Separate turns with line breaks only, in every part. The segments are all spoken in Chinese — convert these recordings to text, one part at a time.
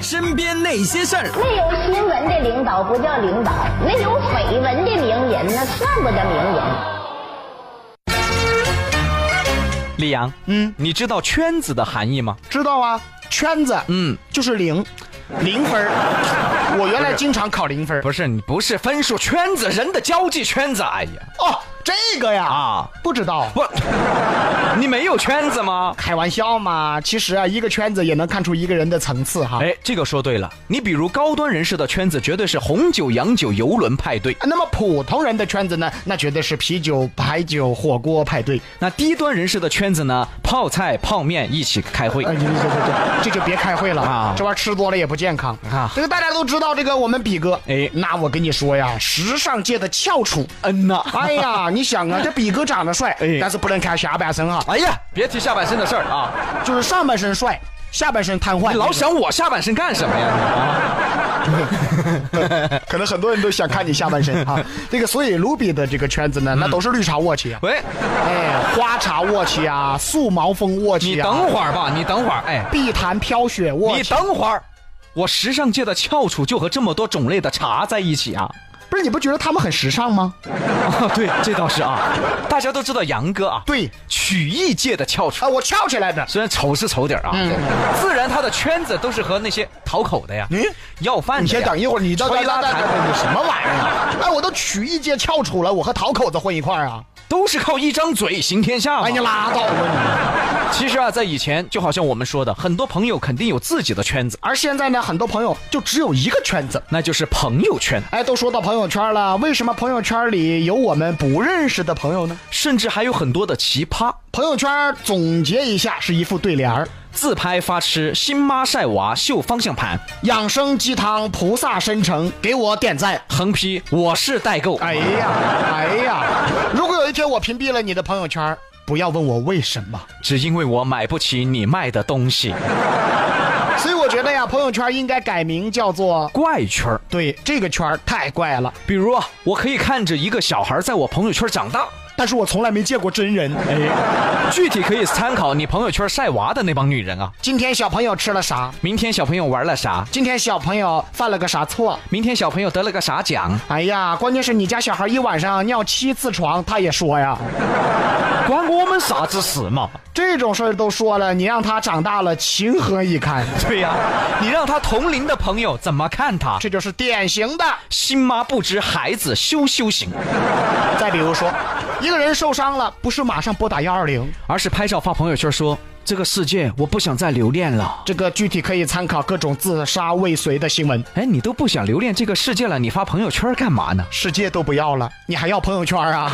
身边那些事儿。
没有新闻的领导不叫领导，没有绯闻的名人那算不得名人。
李阳，
嗯，
你知道“圈子”的含义吗？
知道啊，圈子，
嗯，
就是零，零分儿。 我原来经常考零分儿。
不是，你不是分数圈子，人的交际圈子。哎呀，
哦，这个呀，
啊
不知道。
不， 你没有圈子吗？
开玩笑嘛，其实啊，一个圈子也能看出一个人的层次哈。
哎，这个说对了。你比如高端人士的圈子，绝对是红酒、洋酒、游轮派对；
那么普通人的圈子呢，那绝对是啤酒、白酒、火锅派对。
那低端人士的圈子呢，泡菜、泡面一起开会
哎，。你这这这这就别开会了
啊
这玩意儿吃多了也不健康
啊
这个大家都知道，这个我们比哥，
哎
那我跟你说呀，时尚界的翘楚。
嗯呐，
哎呀，你想啊，这比哥长得帅，
哎
但是不能看下半身啊哈，
哎呀，别提下半身的事儿啊！
就是上半身帅，下半身瘫痪。
你老想我下半身干什么呀？
可能很多人都想看你下半身啊。这个，所以卢比的这个圈子呢，那都是绿茶卧起啊，
喂，
哎，花茶卧起啊，素毛峰卧
你
起啊，
等会儿吧，你等会儿，哎，
碧潭飘雪卧
你
起。
等会儿，我时尚界的翘楚就和这么多种类的茶在一起啊！
不是你不觉得他们很时尚吗？
啊，对，这倒是啊，大家都知道杨哥啊，
对
曲艺界的翘楚
啊，，我翘起来的。
虽然丑是丑点儿啊，自然他的圈子都是和那些讨口的呀，
嗯
要饭
你
的
先
呀
等，一会儿，你这
吹拉弹
这你什么玩意儿啊？哎，我都曲艺界翘楚了，我和讨口子混一块儿啊！
都是靠一张嘴行天下嘛。
哎，你拉倒吧你！
其实啊，在以前，就好像我们说的，很多朋友肯定有自己的圈子，
而现在呢，很多朋友就只有一个圈子。
那就是朋友圈，
哎，都说到朋友圈了，为什么朋友圈里有我们不认识的朋友呢？
甚至还有很多的奇葩。
朋友圈总结一下是一副对联儿：
自拍发吃，新妈晒娃秀方向盘，
养生鸡汤，菩萨深诚，给我点赞。
横批我是代购。
哎呀，哎呀！如果有一天我屏蔽了你的朋友圈，不要问我为什么。
只因为我买不起你卖的东西。
所以我觉得呀，朋友圈应该改名叫做……
怪圈儿，
对，这个圈儿太怪了。
比如啊，我可以看着一个小孩在我朋友圈长大，
但是我从来没见过真人。哎
具体可以参考你朋友圈晒娃的那帮女人啊。
今天小朋友吃了啥？
明天小朋友玩了啥？
今天小朋友犯了个啥错？
明天小朋友得了个啥奖？
哎呀，关键是你家小孩一晚上尿七次床，他也说呀，
关我们啥子事嘛？
这种事儿都说了，你让他长大了情何以堪？
对呀、你让他同龄的朋友怎么看他？
这就是典型的。
新妈不知孩子羞羞行，
再比如说，一个人受伤了，不是马上拨打幺二零，
而是拍照发朋友圈说：“这个世界我不想再留恋了。
这个具体可以参考各种自杀未遂的新闻。”
哎，你都不想留恋这个世界了，你发朋友圈干嘛呢？
世界都不要了，你还要朋友圈啊？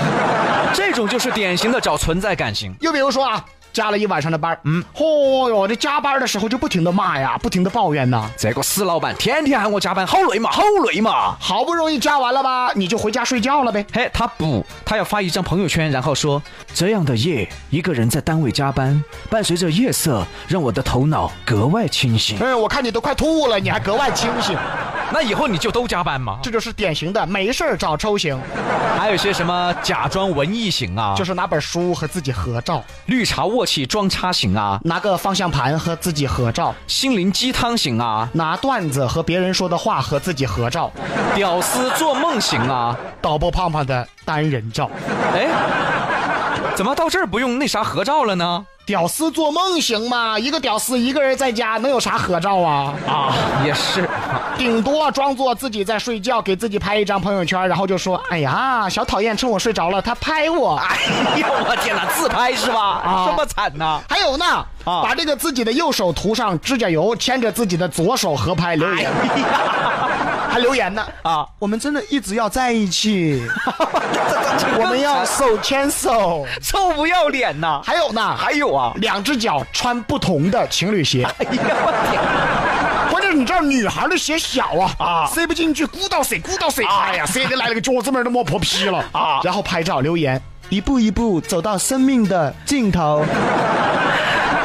这种就是典型的找存在感型。
又比如说啊，加了一晚上的班，嗯，嚯哟，这加班的时候就不停的骂呀，不停的抱怨呐。
这个死老板天天喊我加班，好累嘛，好累嘛。
好不容易加完了吧，你就回家睡觉了呗。
嘿，他不，他要发一张朋友圈，然后说这样的夜，一个人在单位加班，伴随着夜色，让我的头脑格外清醒。
哎，我看你都快吐了，你还格外清醒，
那以后你就都加班吗？
这就是典型的没事儿找抽型，
啊还有些什么假装文艺型啊，
就
就是
是拿本书和自己合照，
绿茶卧起装叉型啊，
拿个方向盘和自己合照，
心灵鸡汤型啊，
拿段子和别人说的话和自己合照，
屌丝做梦型啊。
导播胖胖的单人照，
哎，怎么到这儿不用那啥合照了呢？
屌丝做梦行吗？一个屌丝一个人在家能有啥合照啊？
啊，也是。
顶多装作自己在睡觉，给自己拍一张朋友圈，然后就说：“哎呀，小讨厌，趁我睡着了，他拍我。
哎呦，我天哪，自拍是吧？
啊
这么惨呐、”
还有呢，
啊
把这个自己的右手涂上指甲油，牵着自己的左手合拍留言， 还留言呢
哎啊！
我们真的一直要在一起， 我们要手牵手。
臭不要脸呐、
还有呢，
还有啊，
两只脚穿不同的情侣鞋，
哎呀，我天！
关键是你知道女孩的鞋小啊，
啊
塞不进去，咕捣塞，咕捣塞，哎呀，塞的来了个脚趾门都磨破皮了
啊
然后拍照留言，一步一步走到生命的尽头。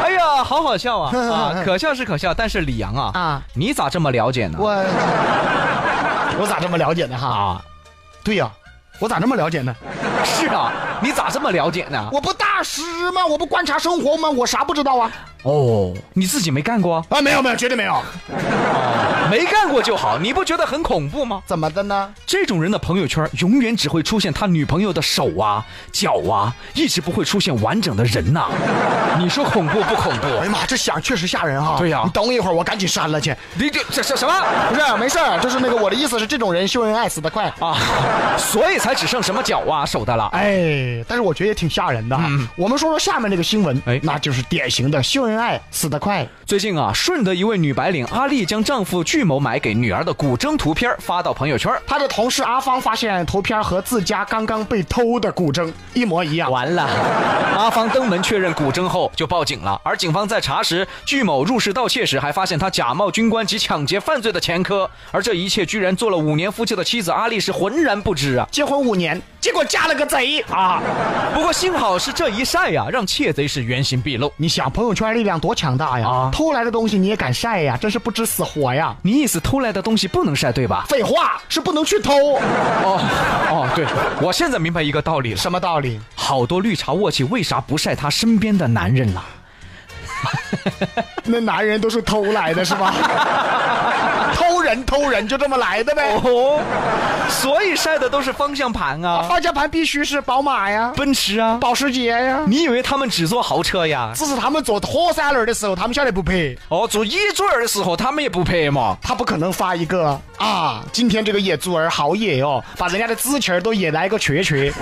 哎呀，好好笑 啊！啊，可笑是可笑，但是李阳啊，
啊
你咋这么了解呢？
我我咋这么了解呢？哈，
啊，
对呀、我咋这么了解呢？
是啊，你咋这么了解呢？
我不大师吗？我不观察生活吗？我啥不知道啊？
哦，你自己没干过，
啊，没有没有，绝对没有。
没干过就好，你不觉得很恐怖吗？
怎么的呢？
这种人的朋友圈永远只会出现他女朋友的手啊、脚啊，一直不会出现完整的人呐、你说恐怖不恐怖？
哎呀妈，这想确实吓人哈。
对呀
你等我一会儿，我赶紧删了去。
你这这这什么？
不是，没事儿，就是那个我的意思是，这种人秀恩爱死得快。
啊，所以才只剩什么脚啊、手的了。
哎，但是我觉得也挺吓人的哈。我们说说下面这个新闻，
哎
那就是典型的秀恩爱死得快。
最近啊，顺德一位女白领阿丽将丈夫巨某买给女儿的古筝图片儿发到朋友圈儿，
他的同事阿芳发现图片和自家刚刚被偷的古筝一模一样。
完了。阿芳登门确认古筝后就报警了，而警方在查实巨某入室盗窃时，还发现他假冒军官及抢劫犯罪的前科，而这一切居然做了五年夫妻的妻子阿丽是浑然不知啊。
结婚五年，结果嫁了个贼啊！
不过幸好是这一晒呀、让窃贼是原形毕露。
你想朋友圈力量多强大呀！
啊
偷来的东西你也敢晒呀，真是不知死活呀！
你意思偷来的东西不能晒啊对吧？
废话是不能去偷，
哦 哦，对，我现在明白一个道理了。
什么道理？
好多绿茶卧起为啥不晒她身边的男人了？
那男人都是偷来的是吧？ 偷人偷人就这么来的呗。
哦，所以晒的都是方向盘啊、
方向盘必须是宝马呀，
奔驰啊。
保时捷呀。
你以为他们只坐豪车呀？
这是他们坐火三轮的时候，他们晓得不配。
哦，坐野猪儿的时候他们也不配嘛。
他不可能发一个啊！今天这个野猪儿好野哦，把人家的指甲儿都野来个瘸瘸，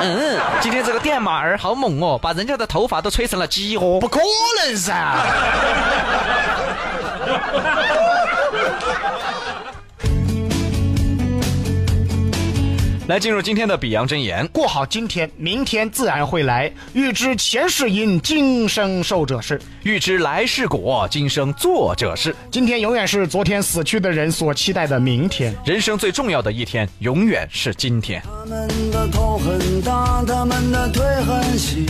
嗯，今天这个电马儿好猛哦，把人家的头发都吹成了鸡窝。
不可能噻！
来，进入今天的比洋真言。
过好今天，明天自然会来。欲知前世因，今生受者是。
欲知来世果，今生做者是。
今天永远是昨天死去的人所期待的明天。
人生最重要的一天，永远是今天。
他们的头很大，他们的腿很细，